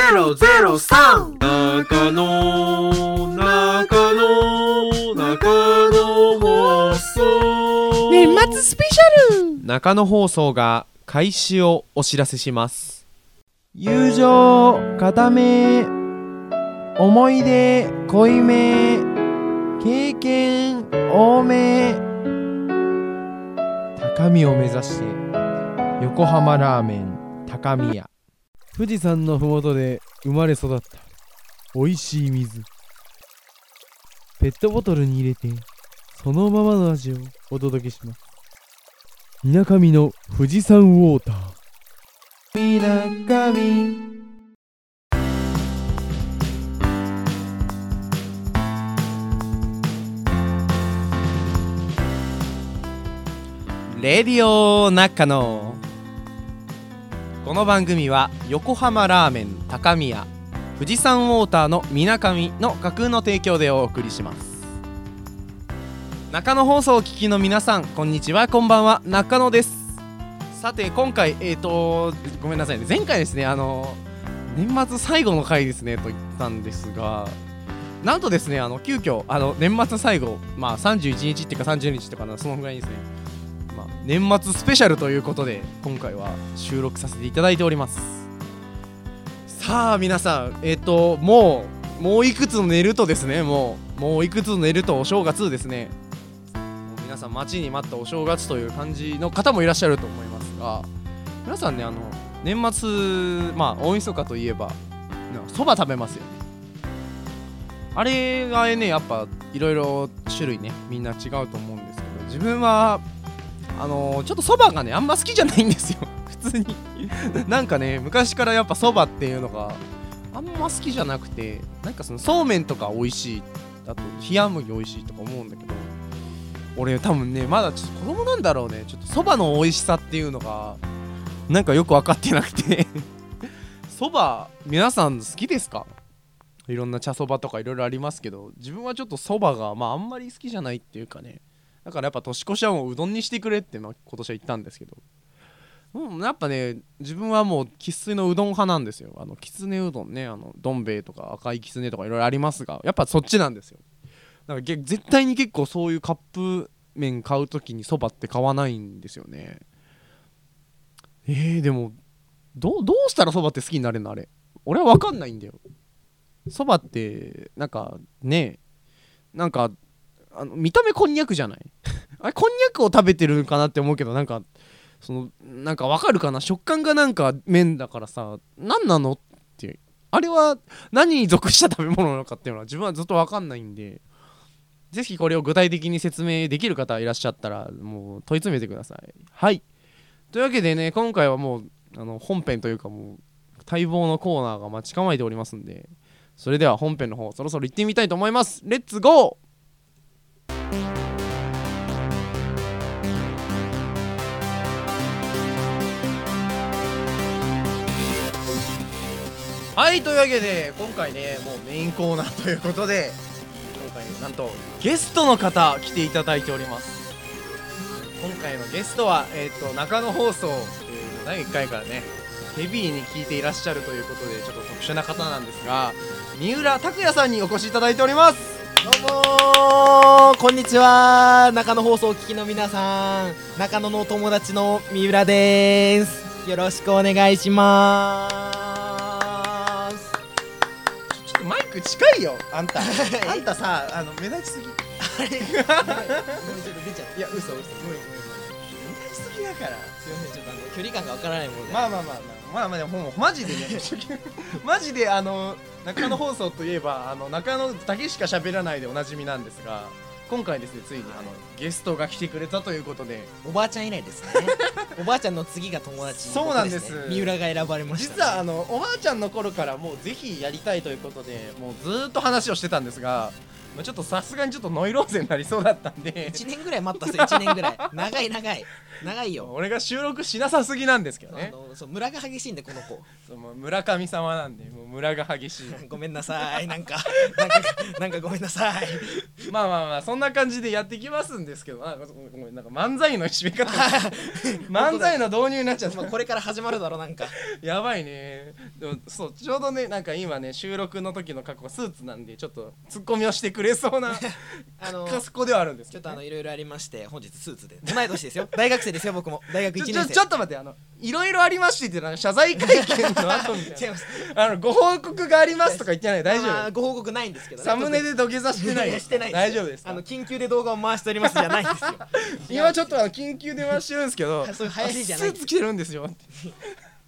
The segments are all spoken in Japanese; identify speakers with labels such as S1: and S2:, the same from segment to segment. S1: B003
S2: 中野中野中野放送
S1: 年末スペシャル
S2: 中野放送が開始をお知らせします友情固め思い出濃いめ経験多め高みを目指して横浜ラーメン高宮富士山の麓で生まれ育った美味しい水ペットボトルに入れてそのままの味をお届けしますみなかみの富士山ウォーターみなかみレディオ中野この番組は横浜ラーメン高宮富士山ウォーターのみなかみの架空の提供でお送りします中野放送をお聞きの皆さんこんにちはこんばんは中野ですさて今回えっ、とごめんなさいね前回ですねあの年末最後の回ですねと言ったんですがなんとですねあの急遽あの年末最後まあ31日っていうか30日とかなそのぐらいにですねまあ、年末スペシャルということで今回は収録させていただいておりますさあ皆さんえっ、ともうもういくつ寝るとですねもうもういくつ寝るとお正月ですねもう皆さん待ちに待ったお正月という感じの方もいらっしゃると思いますが皆さんねあの年末まあ大晦日といえばなそば食べますよねあれがねやっぱいろいろ種類ねみんな違うと思うんですけど自分はあのーちょっとそばがねあんま好きじゃないんですよ 普通になんかね昔からやっぱそばっていうのがあんま好きじゃなくてなんかそのそうめんとか美味しいあと冷麦美味しいとか思うんだけど俺多分ねまだちょっと子供なんだろうねちょっとそばの美味しさっていうのがなんかよく分かってなくて そば皆さん好きですかいろんな茶そばとかいろいろありますけど自分はちょっとそばがまああんまり好きじゃないっていうかねだからやっぱ年越しはもううどんにしてくれって、まあ、今年は言ったんですけど、うん、やっぱね自分はもう生粋のうどん派なんですよあのきつねうどんねあのどん兵衛とか赤いきつねとかいろいろありますがやっぱそっちなんですよだからげ絶対に結構そういうカップ麺買う時にそばって買わないんですよねえー、でもどうどうしたらそばって好きになれるのあれ俺は分かんないんだよそばってなんかねなんかあの見た目こんにゃくじゃない あれこんにゃくを食べてるかなって思うけどなんかそのなんかわかるかな食感がなんか麺だからさ何なのってあれは何に属した食べ物なのかっていうのは自分はずっとわかんないんでぜひこれを具体的に説明できる方いらっしゃったらもう問い詰めてくださいはいというわけでね今回はもうあの本編というかもう待望のコーナーが待ち構えておりますんでそれでは本編の方そろそろ行ってみたいと思いますレッツゴーはいというわけで今回ねもうメインコーナーということで今回なんとゲストの方来ていただいております今回のゲストは、えー、と中野放送っていう第1回からねヘビーに聞いていらっしゃるということでちょっと特殊な方なんですが三浦拓也さんにお越しいただいております
S3: どうもーこんにちは中野放送をお聞きの皆さん中野のお友達の三浦でーすよろしくお願いしまーす
S1: ちょっとマイク近いよあん た
S3: い
S1: あんたさあの目立ち すぎ
S3: あれやばいちょっと出ちゃった
S1: いや嘘嘘ごめんごめんごめん目立ちすぎだから
S3: すいませんちょっとあの距離感がわからないもんで、
S1: まあまあまあまあまあまあでももうマジでねマジであの中野放送といえばあの中野だけしか喋らないでおなじみなんですが今回ですねついにあのゲストが来てくれたということで
S3: おばあちゃん以来ですねおばあちゃんの次が友達の
S1: そうなんです
S3: 僕ね三浦が選ばれました、
S1: 実はあのおばあちゃんの頃からもうぜひやりたいということでもうずーっと話をしてたんですがまあちょっとさすがにちょっとノイローゼになりそうだったんで
S3: 1年ぐらい待ったっす1年ぐらい長い長い長いよ、
S2: 俺が収録しなさすぎなんですけど
S3: あ
S2: ね
S3: のそう村が激しいんでこの子
S2: そうもう村上様なんでもう村が激しい
S3: ごめんなさいなんかなんかなんかごめんなさい
S2: まあまあまあそんな感じでやっていきますんですけどあごめんなんか漫才の締め 方漫才の導入になっちゃっ
S3: ま
S2: た
S3: あこれから始まるだろなんか
S2: やばいねでもそうちょうどねなんか今ね収録の時の格好がスーツなんでちょっとツッコミをしてくれそうな
S3: あの
S2: 格好ではあるんです
S3: ち
S2: け
S3: ょっ
S2: ど
S3: と
S2: ね、
S3: あのいろいろありまして本日スーツで同い年ですよ大学生ですよ僕も大学1
S2: ち
S3: 年
S2: ょ
S3: 生
S2: ちょちょっと待ってあのいろいろありましてってなんか謝罪会見の後みたいな
S3: 違います
S2: あのご報告がありますとか言ってない大丈
S3: まあ
S2: 夫
S3: ご報告ないんですけどね
S2: サムネで土下座し
S3: 特
S2: て
S3: に
S2: ないよ
S3: してないです
S2: 大丈夫ですか
S3: あの緊急で動画を回しておりますじゃないんですよ
S2: 今ちょっとあの緊急電話してるんですけ ど
S3: そういう流行りじゃない
S2: スーツ着てるんですよって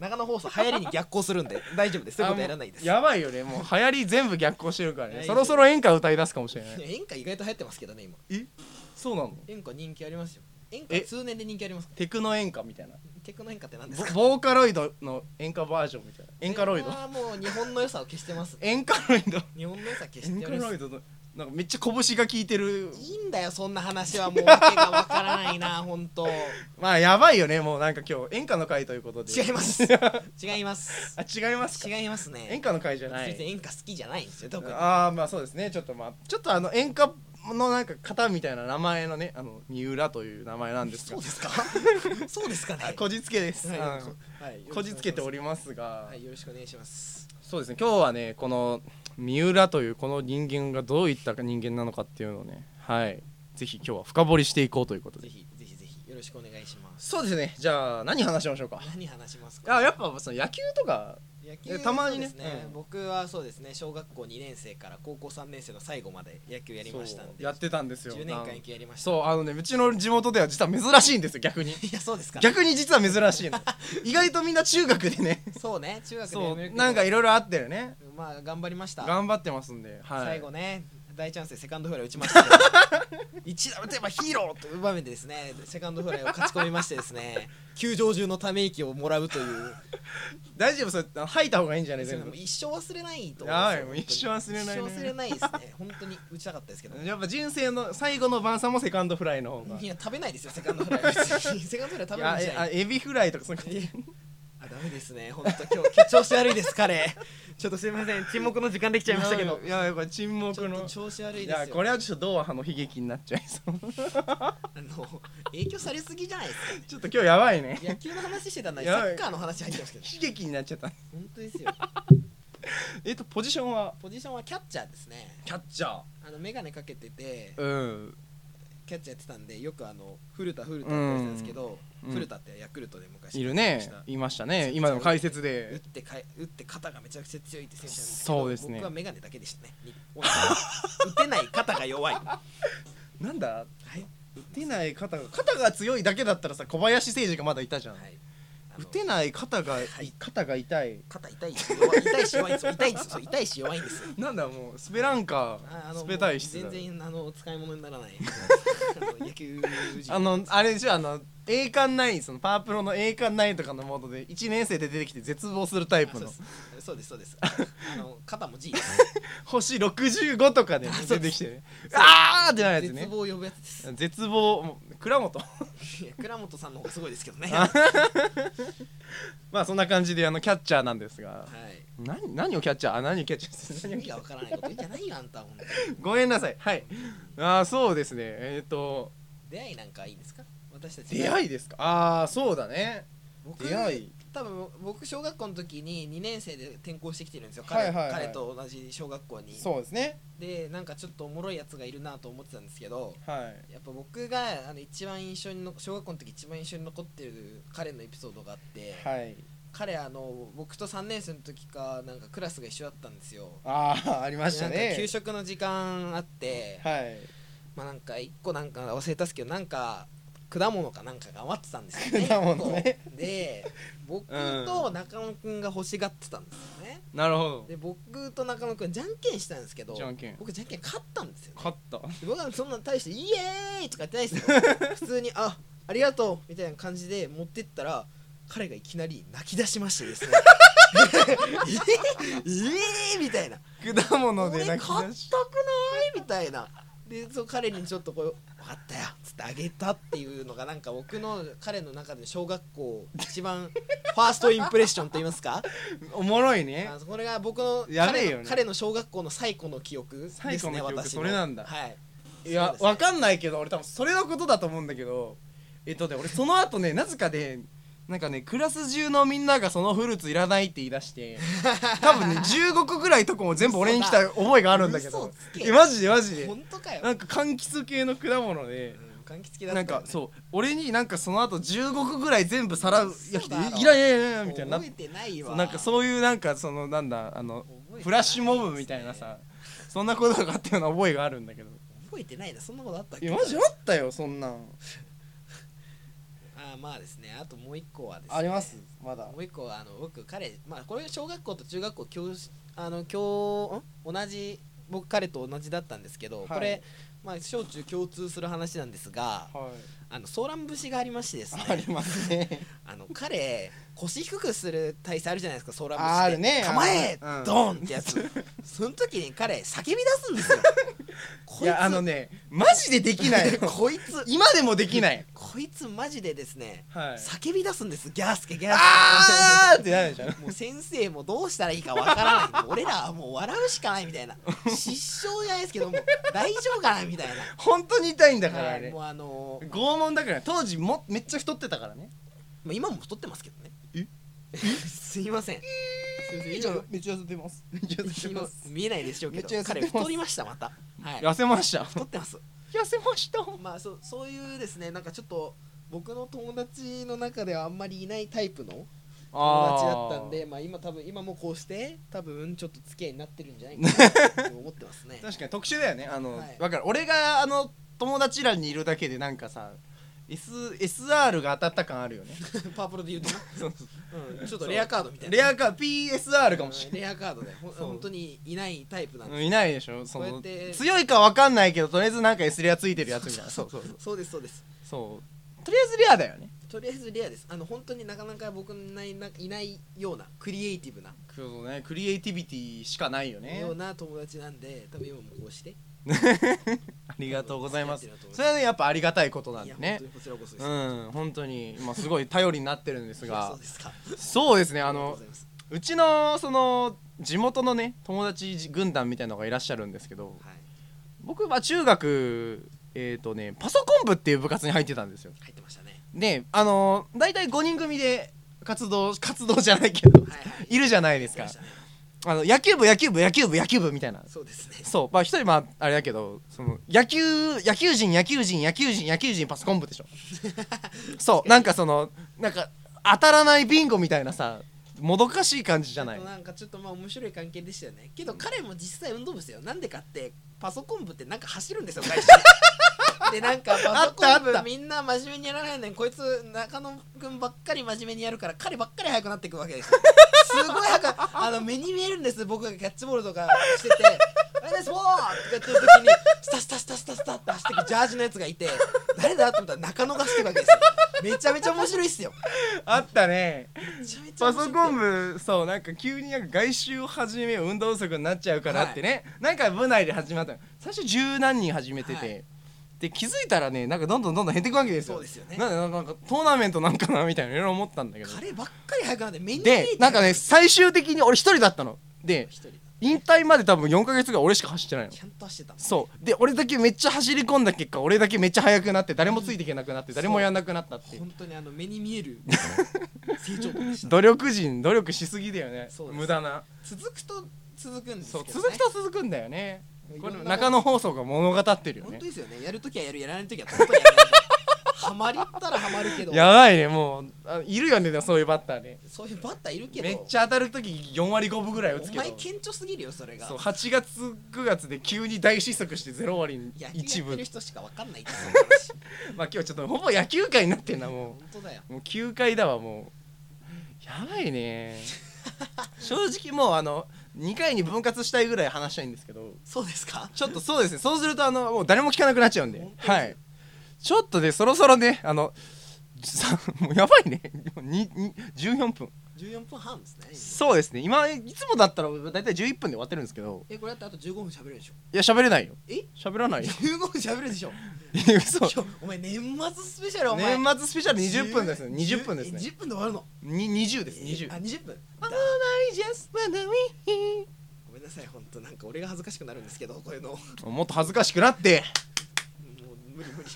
S3: 長野放送流行りに逆行するんで大丈夫ですそういうことやらないです
S2: あもうやばいよねもう流行り全部逆行してるから
S3: い
S2: ね
S3: や
S2: そろそろ演歌歌い出すかもしれない
S3: いや演歌意外と流行ってますけどね今
S2: そうなの
S3: 演歌人気ありますよ演
S2: え
S3: 歌通年で人気ありますか
S2: テクノ演歌みたいな
S3: テクノ演歌って何です
S2: ボ
S3: か
S2: ボーカロイドの演歌バージョンみたいな演歌ロイド
S3: あもう日本の良さを消してます
S2: 演歌ロイド
S3: 日本の良さ消
S2: 演
S3: してお
S2: 歌
S3: りま
S2: ロイ
S3: す
S2: ドのなんかめっちゃ拳が効いてる
S3: いいんだよそんな話はもう訳がわからないな 本当
S2: まあやばいよねもうなんか今日演歌の回ということで
S3: 違います 違います
S2: あ違いますか
S3: 違いますね
S2: 演歌の回じゃな
S3: 別に
S2: い
S3: 演歌好きじゃないんですよ特に
S2: ああまあそうですねちょっとまあちょっとあの演歌のなんか方みたいな名前のねあの三浦という名前なんです
S3: そ
S2: が
S3: う ですかそうですかね
S2: あこじつけです、
S3: はい
S2: あの
S3: はい
S2: こじつけておりますが、
S3: はいよろしくお願いします
S2: そうですね今日はねこの三浦というこの人間がどういった人間なのかっていうのをねはいぜひ今日は深掘りしていこうということ
S3: ぜ
S2: で
S3: ひぜひぜひよろしくお願いします
S2: そうですねじゃあ何話しましょうか
S3: 何話しますか
S2: あやっぱその野球とか
S3: 野球
S2: たまにね
S3: そうです
S2: うん
S3: 僕はそうですね小学校2年生から高校3年生の最後まで野球やりましたん
S2: そう
S3: で
S2: やってたんですよ
S3: 10年間
S2: なん
S3: 野球やりました
S2: そうあのねうちの地元では実は珍しいんですよ逆 に
S3: いやそうですか
S2: 逆に実は珍 しいの意外とみんな中学でね
S3: そうね中学で
S2: そ
S3: やめる
S2: う
S3: けど
S2: なんかいろいろあってるね
S3: まあ頑張りました
S2: 頑張ってますんで、はい、
S3: 最後ね大チャンスでセカンドフライ打ちましたけど 一打打てばヒーローという場面でですねセカンドフライを勝ち込みましてですね球場中のため息をもらうという
S2: 大丈夫それあの吐いた方がいいんじゃない
S3: それ
S2: 全
S3: も
S2: 部
S3: う一生忘れないと
S2: やばい
S3: 思んですよ
S2: もう一生忘れないね
S3: 本当に一生忘れない ですね本当に打ちたかったですけど
S2: やっぱ人生の最後の晩餐もセカンドフライの方が
S3: いや食べないですよセカンドフライは別にセカンドフライ食べない
S2: い
S3: んじ
S2: や
S3: ゃ
S2: あ
S3: ない
S2: エビフライとかそういうこと
S3: あダメですね本当今日今日調子悪いです彼ちょっとすいません沈黙の時間できちゃいましたけど
S2: いややっぱ沈
S3: ちょ
S2: 黙
S3: っ
S2: の
S3: と調子悪い
S2: い
S3: です
S2: や
S3: よ
S2: これはちょっとドアハの悲劇になっちゃいそう
S3: あの影響されすぎじゃないですか
S2: ちょっと今日やばいね
S3: 野球の話してたのにサ
S2: やばい
S3: ッカーの話入ってますけど
S2: 悲劇になっちゃった
S3: 本当ですよ
S2: えっとポジションは
S3: ポジションはキャッチャーですね
S2: キャッチャ
S3: あの眼鏡かけてて
S2: ーうん
S3: キャッチャーやってたんでよくあの古田古田って言われてたんですけど、
S2: うん
S3: 古田ってヤクルトで昔
S2: いるね
S3: 活躍し
S2: いましたね今でも解説
S3: た打っ
S2: で
S3: てかえ打って肩がめちゃくちゃ強いって選手なんですけど
S2: そうですね
S3: 僕は眼鏡だけでしたね日本は打てない肩が弱い
S2: なんだ
S3: はい、
S2: 打てない肩が肩が強いだけだったらさ小林誠司がまだいたじゃん、
S3: はい、あの
S2: 打てない肩が、
S3: はい
S2: 肩が痛い
S3: 肩痛いし弱い痛いし弱いんですよ痛いんですよそう痛いし弱いんですよ
S2: なんだもう滑らんか
S3: ああの
S2: 滑たいし
S3: 全然あの使い物にならないあの野球人
S2: あのあれでしょあの栄冠ナインそのパワープロの栄冠ナインとかのモードで1年生で出てきて絶望するタイプの
S3: あそうですそうですそうですあの肩も G です
S2: 星65とかでね
S3: あそ
S2: 出
S3: う
S2: て
S3: で
S2: き
S3: す
S2: てねあーってなるやつ
S3: 絶
S2: ね
S3: 望を呼ぶやつです
S2: 絶望もう倉本
S3: いや倉本さんの方がすごいですけどね
S2: あ
S3: は
S2: まあそんな感じであのキャッチャーなんですが
S3: い
S2: 何何をキャッチャーあ何をキャッチャーする
S3: 意
S2: 何を
S3: 味
S2: キャッ
S3: がわからないこと言うんじゃないよあんたは本当に
S2: チャーごめんなさいはいああそうですねえっ、と
S3: 出会いなんかいいですか私たち
S2: 出会いですかああそうだね
S3: 僕
S2: 出会い
S3: 多分僕小学校の時に2年生で転校してきてるんですよ
S2: はい
S3: 彼,、
S2: はいはい
S3: 彼と同じ小学校に
S2: そうですね
S3: でなんかちょっとおもろいやつがいるなと思ってたんですけど
S2: はい
S3: やっぱ僕があの一番印象にの小学校の時一番印象に残ってる彼のエピソードがあって、
S2: はい
S3: 彼あの僕と3年生の時かなんかクラスが一緒だったんですよ
S2: ああありました
S3: でなんか
S2: ね
S3: 給食の時間あって、
S2: はい
S3: まあなんか一個なんか忘れたっすけどなんか果物かなんかが余ってたんですよね
S2: 果物ね
S3: 一個で 僕と中野くんが欲しがってたんですよね、
S2: なるほど
S3: で僕と中野くんじゃんけんしたんですけど
S2: じゃんけん
S3: 僕じゃんけん勝ったんですよ、ね、
S2: 勝った
S3: で僕はそんな大して「イエーイ!」とか言っ てないですよ普通に「あありがとう」みたいな感じで持ってったら彼がいきなり泣き出しましてで すね 「えー、えー、みたいな
S2: 果
S3: 「
S2: 物
S3: 俺
S2: で
S3: 買
S2: 泣
S3: っ
S2: き
S3: たくな
S2: 出し
S3: い?」みたいなでそう彼にちょっとこう「分かったよ」つつってあげたっていうのがなんか僕の彼の中で小学校一番 ファーストインプレッションと言いますか
S2: おもろいね
S3: あこれが僕の
S2: やべえ
S3: 彼
S2: よ
S3: の
S2: ね
S3: 彼の小学校の最古の記憶です
S2: 最
S3: ね
S2: 古の記憶
S3: 私の
S2: それなんだ
S3: はい
S2: いや、
S3: そう
S2: わ
S3: で
S2: かんないけど俺多分それのことだと思うんだけどえっとね俺その後ねなぜかねなんかねクラス中のみんながそのフルーツいらないって言い出 して多分ね15個ぐらいとこも全部俺に来た覚えがあるんだけ
S3: 嘘
S2: ど
S3: つけ
S2: えマジでマジ
S3: す
S2: で
S3: 本当かよ
S2: なんか柑橘系の果物で
S3: うん柑橘系だった
S2: なん
S3: よ
S2: か
S3: ね
S2: そう俺になんかその後15個ぐらい全部皿焼きて
S3: 嘘だろ
S2: いらんいらんいらんいらんみたいになっ
S3: 覚えてない
S2: そ
S3: わ
S2: うなんかそういうなんかそのなんだあの
S3: 覚えてない
S2: フラッシュモブみたいなさそんなことがあったような覚えがあるんだけど
S3: 覚えてないなそんなことあったっ
S2: い
S3: け
S2: やマジあったよそんなん
S3: あーまあですねあともう一個はですね
S2: ありますまだ
S3: もう一個はあの僕彼まあこれ小学校と中学校教師あの教ん同じ僕彼と同じだったんですけど、
S2: はい
S3: これまあ小中共通する話なんですが
S2: はい
S3: あのソーラン節がありましてですね
S2: あります ね
S3: あの彼腰低くする体勢あるじゃないですかソーラン節
S2: あるね
S3: 構え、
S2: うん
S3: ドンってやつその時に彼叫び出すんですよ こ
S2: い
S3: いつ
S2: やあのねマジでできない
S3: こいつ
S2: 今でもできない
S3: こいつマジでですね、
S2: はい
S3: 叫び出すんですギャースケギャースケ
S2: あーってなる じゃん
S3: もう先生もどうしたらいいかわからない俺らはもう笑うしかないみたいな失笑じゃないですけどもう大丈夫かなみたいな
S2: 本当に痛いんだからあ
S3: はい
S2: れ
S3: もうあのー
S2: 拷問だから当時もめっちゃ太ってたからね
S3: まあ今も太ってますけどね
S2: え
S3: すいません以上
S2: めっちゃ痩せてますめっちゃ痩せて
S3: 今
S2: ます
S3: 見えないでしょうけど
S2: めっちゃ痩せて
S3: 彼
S2: ます
S3: 太りましたまたはい
S2: 痩せました
S3: 太ってます
S2: 痩せま した
S3: まあそうそういうですねなんかちょっと僕の友達の中ではあんまりいないタイプの友達だったんでまあ今多分今もこうして多分ちょっと付き合いになってるんじゃないかなと思ってます ね
S2: 確かに特殊だよねあの、
S3: はい
S2: わかる俺があの友達らにいるだけでなんかさ S SR が当たった感ある よね
S3: パープルで言うとな
S2: そう
S3: うんちょっとレアカードみたいな
S2: レアか PSR かもしれ
S3: レアカードでほん
S2: そう
S3: 本当にいないタイプなん
S2: な
S3: で
S2: いいないでしょそ
S3: こうや
S2: の
S3: って
S2: 強いかわかんないけどとりあえずなんか S レアついてるやつみたいなそうそうそう
S3: そうですそうです
S2: とりあえずレアだよね
S3: とりあえずレアですあの本当になかなか僕のないないないようなクリエイティブな、
S2: そうねクリエイティビティしかないよね
S3: ような友達なんで多分今もこうして
S2: ありがとうございます
S3: 付き合ってるなと思います
S2: それはねやっぱありがたいことなん
S3: い
S2: で
S3: や本
S2: ね
S3: 当にこちらこそです、
S2: う
S3: い
S2: ん本当に今すごい頼りになってるんです
S3: や
S2: が
S3: そうですか
S2: そうですねあ
S3: ありがとう
S2: の
S3: ございます
S2: うちのその地元のね友達軍団みたいなのがいらっしゃるんですけど
S3: はい
S2: 僕は中学えっ、とねパソコン部っていう部活に入ってたんですよ
S3: 入ってましたね
S2: であのー大体5人組で活動活動じゃないけど
S3: はいはい
S2: いるじゃないで
S3: 入
S2: す
S3: ってま
S2: か
S3: したね
S2: あの野球部野球部野球部野球部みたいな
S3: そうですね
S2: そうまあ一人まああれだけどその野球野球人野球人野球人野球人パソコン部でし ょそうなんかそのなんか当たらないビンゴみたいなさもどかしい感じじゃない
S3: あとなんかちょっとまあ面白い関係でしたよねけど彼も実際運動部ですよなんでかってパソコン部ってなんか走るんで すよ会社ででなんかパソコン
S2: あったあ
S3: 部
S2: った
S3: みんな真面目にやらないのにこいつ中野くんばっかり真面目にやるから彼ばっかり速くなっていくわけで すよすごい速くあの目に見えるんです僕がキャッチボールとかしてて「あれですボー!」とかやってる時にスタスタスタスタスタって走ってくジャージのやつがいて誰だと思ったら中野が走ってるわけですよめちゃめちゃ面白いっすよ
S2: あったね
S3: めちゃめち
S2: パ
S3: ゃ面白
S2: ソ
S3: い
S2: コン部そうなんか急になんか外周を始めよう運動不足になっちゃうからってね、なんか部内で始まったの最初十何人始めてて、
S3: はい
S2: で気づいたらねなんかどんどんどんどん減っていくわけですよ
S3: そうですよね
S2: なんでなんかトーナメントなんかなみたいないろいろ思ったんだけど
S3: 彼ばっかり速くなって目に見え
S2: で
S3: て
S2: なんかね最終的に俺一人だったので
S3: 一人
S2: 引退まで多分4ヶ月ぐらい俺しか走ってないの
S3: ちゃんと走ってたもん
S2: そうで俺だけめっちゃ走り込んだ結果俺だけめっちゃ速くなって誰もついていけなくなって誰もやんなくなったっていう
S3: 本当にあの目に見 える成長度でした
S2: 努力人努力しすぎだよね
S3: そうです
S2: 無駄な
S3: 続くと続くんです
S2: そう
S3: けど、ね、
S2: 続くと続くんだよねこれ
S3: いろんな
S2: 中野放送が物語ってるよ
S3: 本
S2: ね
S3: 当ですよねやるときはやるやらないときは本当にやらないハマりったらハマるけど
S2: やば いねもうあいるよねでもそういうバッターね
S3: そういうバッターいるけど
S2: めっちゃ当たるとき4割5分ぐらい打つ
S3: お
S2: けど
S3: 前顕著すぎるよそれが
S2: そう8月9月で急に大失速して0割に1
S3: 野球やってる
S2: 分
S3: 人しかわかんないってその
S2: まあ今日ちょっとほぼ野球界になってんなもう
S3: 話本当だよ
S2: もう9回だわもうやばいね 正直もうあの2回に分割したいぐらい話したいんですけど
S3: そうですか
S2: ちょっとそうですねそうするとあのもう誰も聞かなくなっちゃうんで
S3: 本当ですよ
S2: はいちょっとねそろそろねあのさもうやばいねもうにに14分
S3: 14分半ですね今
S2: そうですね今いつもだったら大体11分で終わってるんですけど
S3: えこれだってあと15分喋れるでしょ
S2: いや喋れないよ
S3: え
S2: 喋ら ないよ
S3: 15分喋れるでしょ
S2: 嘘
S3: 今日お前年末スペシャルお前
S2: 年末スペシャル20分ですね20分ですね
S3: 20分で終わるの
S2: に20です
S3: えーあ
S2: 20
S3: 20分
S2: Nobody just wanna be
S3: ごめんなさい本当なんか俺が恥ずかしくなるんですけどこ ういうのも
S2: here もっと恥ずかしくなって
S3: う無理無理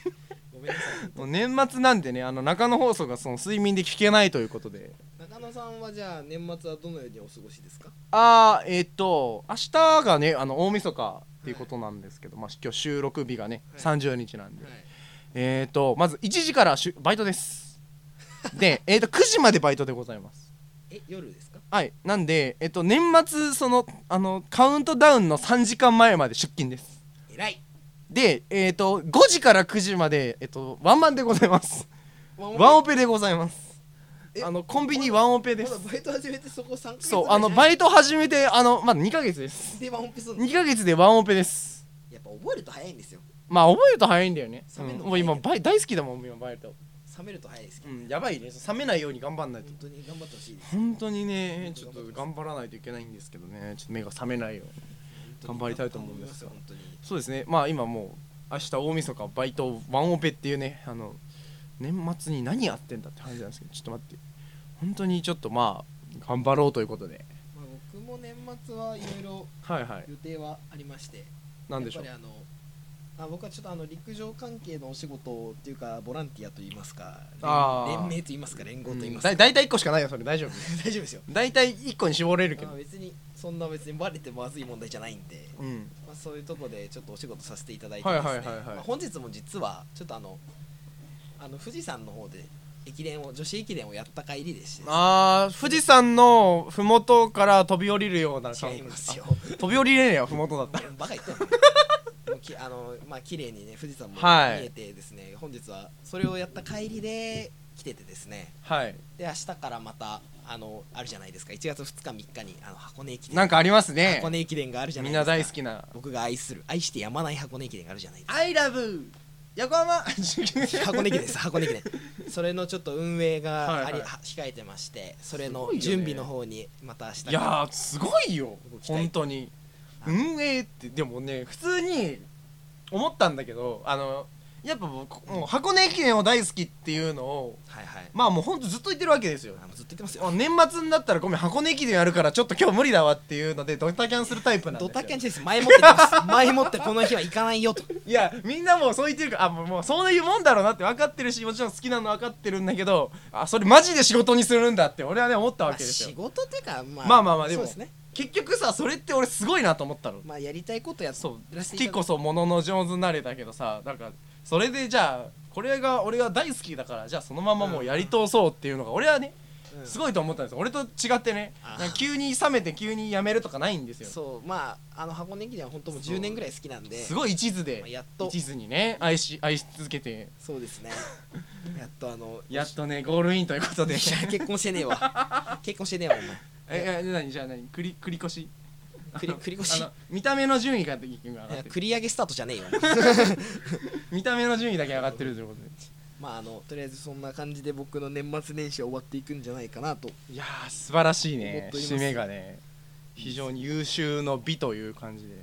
S3: ごめんなさい
S2: もう年末なんでねあの中野放送がその睡眠で聞けないということで
S3: 中野さんはじゃあ年末はどのようにお過ごしですか
S2: あーえっと明日がねあの大晦日っていうことなんですけど、まあ、今日収録日がね、
S3: はい
S2: 30日なんで、
S3: はい
S2: えっとまず1時からしゅバイトです で、えっと9時までバイトでございます
S3: え夜ですか
S2: はいなんで、えっと年末そのあのカウントダウンの3時間前まで出勤です
S3: 偉い
S2: で、えっと5時から9時まで、えっとワンマンでございます
S3: ワ
S2: ワンオペでございます
S3: え
S2: あのコンビニワンオペです
S3: まだバイト始めてそこ3ヶ月
S2: そうあのバ
S3: イ
S2: イト始めてあのまだ2ヶ月です
S3: トでワンオペするの
S2: 2ヶ月でワンオペです
S3: やっぱ覚えると早いんですよ
S2: まあ覚えると早いんだよね。
S3: 冷めるの
S2: うんもう今バイ大好きだもん今バイト。
S3: 冷めると早いですけ
S2: う
S3: ど、
S2: んやばいね。冷めないように頑張んないと
S3: 本。当に頑張ってほしいです
S2: 本当にねちょっと頑張らないといけないんですけどねちょっと目が覚めないように。頑張りたいと思うんですが
S3: 本当に
S2: そうですねまあ今もう明日大晦日バイトワンオペっていうねあの年末に何やってんだって話なんですけどちょっと待って本当にちょっとまあ頑張ろうということで。
S3: まあ、僕も年末はいろいろ
S2: はいはい。
S3: 予定はありまして
S2: なんでしょう
S3: や。っぱりあのあ僕はちょっとあの陸上関係のお仕事っていうかボランティアといいますか
S2: あー
S3: 連連盟といいますか連合といいますか、
S2: だ大体1個しかないよそれ大丈夫。
S3: 大丈夫ですよ
S2: 大体1個に絞れるけ
S3: ま
S2: ど
S3: あ。別にそんな別にバレてまずい問題じゃないんで、
S2: うん。
S3: まあ、そういうとこでちょっとお仕事させていただいてですね、
S2: はいはいはいはい
S3: まあ、本日も実はちょっとあのあの富士山の方で駅伝を女子駅伝をやった帰りでして
S2: あー富士山のふもとから飛び降りるような感
S3: 違いますよ
S2: あ飛び降りれねえよふもとだったら
S3: バカ言ってんのもうきあのまあ綺麗にね富士山も見
S2: はい
S3: えてですね、本日はそれをやった帰りで来ててですね
S2: はい
S3: で明日からまたあのあるじゃないですか1月2日3日にあの箱根駅伝
S2: なんかありますね
S3: 箱根駅伝があるじゃ
S2: み
S3: ない
S2: ん
S3: ですか
S2: な大好きな
S3: 僕が愛する愛してやまない箱根駅伝があるじゃないで
S2: 「
S3: すか
S2: I love 横浜」
S3: 箱根駅伝です箱根駅伝それのちょっと運営
S2: はい
S3: が
S2: は
S3: あ
S2: い
S3: り、は控えてましてそれ
S2: す
S3: の
S2: ごいよね
S3: 準備の方にまた明 日
S2: いやーすごいよ
S3: 動きたい
S2: 本当に運営ってでもね普通に思ったんだけどあのやっぱ僕もう箱根駅伝を大好きっていうのを
S3: はいはい
S2: まあもうほんとずっと言ってるわけですよ
S3: あのずっと言ってます
S2: あ
S3: よ
S2: 年末になったらごめん箱根駅伝やるからちょっと今日無理だわっていうのでドタキャンするタイプなんです
S3: ド
S2: よ
S3: タキャンしてです前もって言ってます前もってこの日は行かないよと
S2: いやみんなもうそう言ってるからあもうもうそういうもんだろうなって分かってるしもちろん好きなの分かってるんだけどあそれマジで仕事にするんだって俺はね思ったわけです
S3: まあ仕
S2: よ
S3: 事っていうかまあ
S2: まあまあまあでも
S3: そうですね
S2: 結局さそれって俺すごいなと思ったの
S3: まあやりたいことやっ
S2: そう
S3: らせ
S2: 好
S3: てい
S2: き
S3: ただ
S2: こそものの上手になれだけどさなんかそれでじゃあこれが俺が大好きだからじゃあそのままもうやり通そうっていうのが俺はね
S3: うん
S2: すごいと思ったんですよ俺と違ってね
S3: あー
S2: なんか急に冷めて急にやめるとかないんですよ
S3: そうまああの箱根駅伝は本当もう
S2: そう
S3: 10年ぐらい好きなんです
S2: ごい一途で
S3: まあやっと
S2: 一途にね愛し愛し続けて
S3: そうで すねやっとあの
S2: やっとねゴールインということ
S3: い
S2: で
S3: や結婚してねえ わ結婚してねえわお前
S2: え、え、何じゃあ何繰り繰り越し
S3: 繰り繰り越し
S2: あの見た目の順位が上がっ
S3: いや
S2: てる
S3: 繰り上げスタートじゃねえよ
S2: 見た目の順位だけ上がってるということ
S3: まああのとりあえずそんな感じで僕の年末年始は終わっていくんじゃないかなと
S2: でいやー素晴らしい
S3: 思っ
S2: ね
S3: ております
S2: 締めがね非常に優秀の美という感じで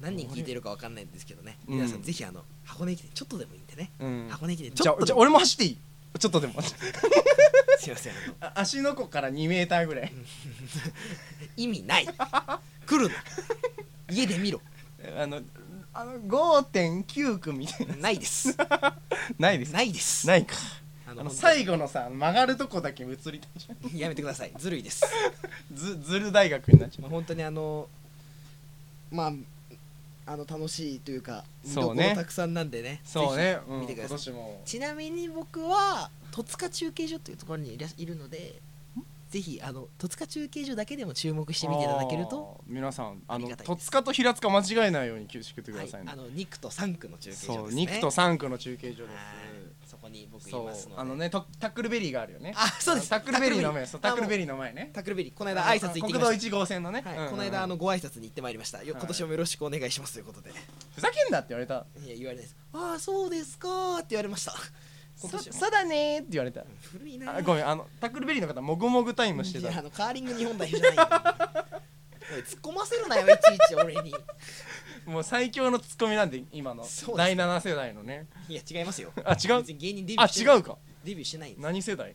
S3: 何人聞いてるかわかんないんですけどね、
S2: うん
S3: 皆さんぜひあの箱根駅伝ちょっとでもいいんでね、
S2: うん
S3: 箱根駅伝ち
S2: じゃ
S3: ょ
S2: あ
S3: っと
S2: じ
S3: で
S2: ゃあ
S3: も
S2: 俺も走っていいちょっとでも
S3: すいませんあの
S2: あ足の子から2メーターぐらい
S3: 意味ない来るな家で見ろ
S2: あのあの5.9区みたいな
S3: ないです
S2: ないです
S3: ないです
S2: ないか
S3: あ
S2: あ
S3: の
S2: の
S3: 最
S2: 最
S3: 後
S2: 後のさ曲がるとこだけ映りたいじゃん
S3: やめてくださいずるい です、
S2: ずずる大学になっちゃ
S3: ま
S2: う
S3: あ、本当にあのまああの楽しいというか見ど
S2: そ
S3: こ
S2: う
S3: ろ
S2: ね
S3: たくさんなんでね
S2: そうね、
S3: ぜひ
S2: うん、
S3: 見てくださ
S2: 今
S3: い、
S2: 年も
S3: ちなみに僕は戸塚中継所というところにいらいるのでぜひあの戸塚中継所だけでも注目してみていただけると
S2: あー皆さんあ
S3: あ
S2: の
S3: りがたい
S2: 戸
S3: です
S2: 塚と平塚間違えないように気をつけてく
S3: は
S2: だ
S3: い
S2: さいね、
S3: あの2区と3区の中継所
S2: そう
S3: ですね
S2: 2区と3区の中継所で
S3: はいそこに僕
S2: す
S3: い
S2: そう
S3: ますので
S2: あのねとタックルベリーがあるよね
S3: あそうです
S2: タックルベリーの前そうタックルベ
S3: リー
S2: リーの前ね
S3: タックルベリーこの間挨拶行ってきました
S2: 国道1号線のね、
S3: はい
S2: うんうん
S3: この間あのご挨拶に行ってまいりましたよ
S2: はい
S3: 今年もよろしくお願いしますということで、い
S2: ふざけんなって言われた
S3: や言われないですああそうですかーって言われました今
S2: さ
S3: 年も
S2: さだねーって言われた
S3: 古いな
S2: あごめんあのタックルベリーの方もぐもぐタイムして
S3: いや
S2: た
S3: あのカーリング日本代表じゃないよおい突っ込ませるなよいちいち俺に
S2: もう最強のツッコミなんで今の
S3: そうです
S2: 第7世代のね
S3: いや違いますよ
S2: あ違う
S3: 別に芸人デビュ
S2: あ
S3: ーしてない
S2: 違うか
S3: デビューしてないんです
S2: 何世代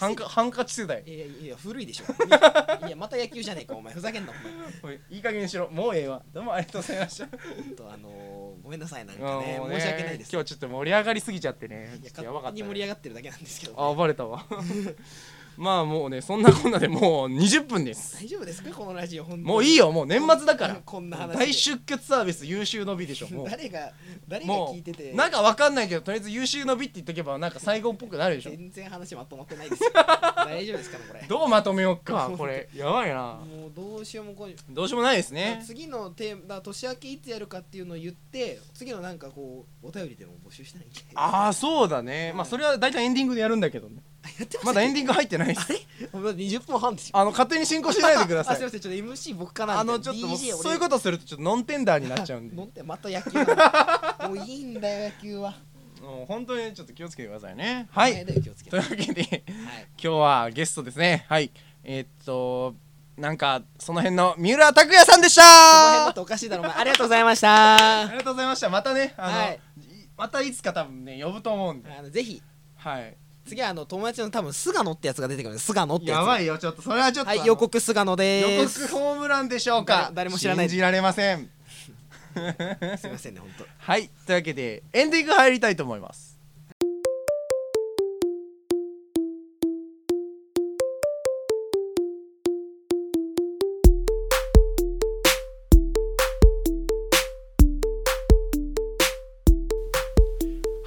S2: ハンカハンカチ世代
S3: いやいやいや古いでしょいやまた野球じゃねえかお前ふざけんなお前
S2: おいいい加減にしろもうええわどうもありがとうございました
S3: ほんとあのー、ごめんなさいなん
S2: あ
S3: かね
S2: もう
S3: 申し訳ないです
S2: 今日ちょっと盛り上がりすぎちゃってね
S3: い
S2: ちょ
S3: や
S2: っとやばか
S3: 勝
S2: っ
S3: 手に
S2: た、
S3: 盛り上
S2: ね、
S3: がってるだけなんですけど
S2: あバレたわ まあもうねそんなこんなでもう20分 です
S3: 大丈夫ですかこのラジオ本当に
S2: もういいよもう年末だから
S3: こんな話で
S2: 大出血サービス優秀の美でしょもう
S3: 誰が誰が
S2: も
S3: 聞いてて
S2: うなんかわかんないけどとりあえず優秀の美って言っとけばなんか最後っぽくなるでしょ
S3: 全然話まとまってないですよ大丈夫ですかねこれ
S2: どうまとめよっ かこれやばいな
S3: もうどうしようもこう
S2: どうしようもないですね
S3: 次のテーマだから年明けいつやるかっていうのを言って次のなんかこうお便りでも募集したらいいんじゃない
S2: ああそうだねまあそれは大体エンディングでやるんだけどね
S3: やってま
S2: まだエンディング入ってないです
S3: あれまだ20分半ですよ
S2: あの勝手に進行しないでくだ
S3: あ
S2: さ
S3: すい
S2: い
S3: ませんちょっと MC 僕かな
S2: あ
S3: みた
S2: の
S3: いな
S2: ちょっともう
S3: DJ 俺
S2: そういうことするとちょっとノンテンダーになっちゃ うんで
S3: 飲んでまた野球は もういいんだよ野球は
S2: もう本当にちょっと気をつけてくださいねは
S3: お前
S2: い
S3: だよ気をつけ
S2: と
S3: て
S2: い
S3: は
S2: うわけで
S3: い
S2: 今日はゲストですねはいえーっとなんかその辺の三浦拓也さんでした
S3: この辺だとおかしいだろお前ありがとうござい ました
S2: ありがとうございましたまたねあの、
S3: はい
S2: いまたいつか多分ね呼ぶと思うんで
S3: あのぜひ
S2: はい
S3: 次はあの友達の多分菅野ってやつが出てくるんです菅野ってやつ
S2: やばいよちょっとそれはちょっと、
S3: は
S2: あ
S3: い
S2: の
S3: 予告菅野
S2: 予
S3: で
S2: 告
S3: す
S2: ホームランでしょうか
S3: だ誰も知らない
S2: 信じられません
S3: すいませんね本当
S2: はいというわけでエンディング入りたいと思います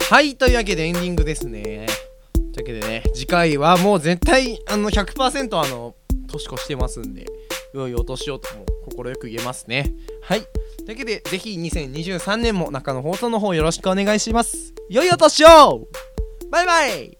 S1: はいというわけでエンディングですねというわけでね次回はもう絶対あの100%あの年越してますんで良いお年をとも快く言えますねはいというわけでぜひ2023年も中の放送の方よろしくお願いします良いお年をバイバイ